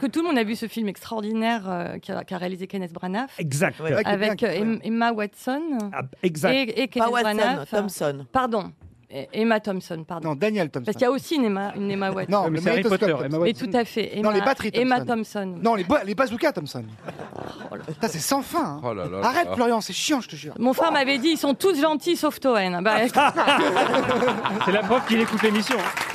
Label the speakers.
Speaker 1: que tout le monde a vu ce film extraordinaire euh, qu'a qu'a réalisé Kenneth Branagh
Speaker 2: Exact.
Speaker 3: Ouais. Ah, qui est bien,
Speaker 1: avec
Speaker 3: qui est
Speaker 1: euh,
Speaker 3: bien.
Speaker 1: Em- Emma Watson
Speaker 2: Ah, Exact.
Speaker 1: et, et Kenneth
Speaker 3: Pas Watson,
Speaker 1: Branagh.
Speaker 3: Thompson.
Speaker 1: Pardon, E- Emma Thompson, pardon.
Speaker 4: Non, Daniel
Speaker 1: Parce
Speaker 4: Thompson.
Speaker 1: qu'il y a aussi une Emma, une Emma Watson.
Speaker 4: Non,
Speaker 2: mais
Speaker 4: le
Speaker 2: c'est Harry
Speaker 4: magnétoscope
Speaker 2: Potter,
Speaker 4: Thompson.
Speaker 2: Emma
Speaker 1: Mais
Speaker 2: Watson.
Speaker 1: tout à fait.
Speaker 4: Non,
Speaker 1: Emma,
Speaker 4: les batteries
Speaker 1: Emma
Speaker 4: Thompson.
Speaker 1: Thompson.
Speaker 4: Non, les, ba- les bazookas, Thompson.
Speaker 1: Oh
Speaker 4: Putain, c'est sans fin. hein.
Speaker 5: Oh là là là
Speaker 4: Arrête,
Speaker 5: là.
Speaker 4: Florian, c'est chiant, je te jure.
Speaker 1: Mon frère m'avait dit ils sont tous gentils sauf Toen. Bah,
Speaker 2: C'est la preuve qu'il écoute l'émission. hein.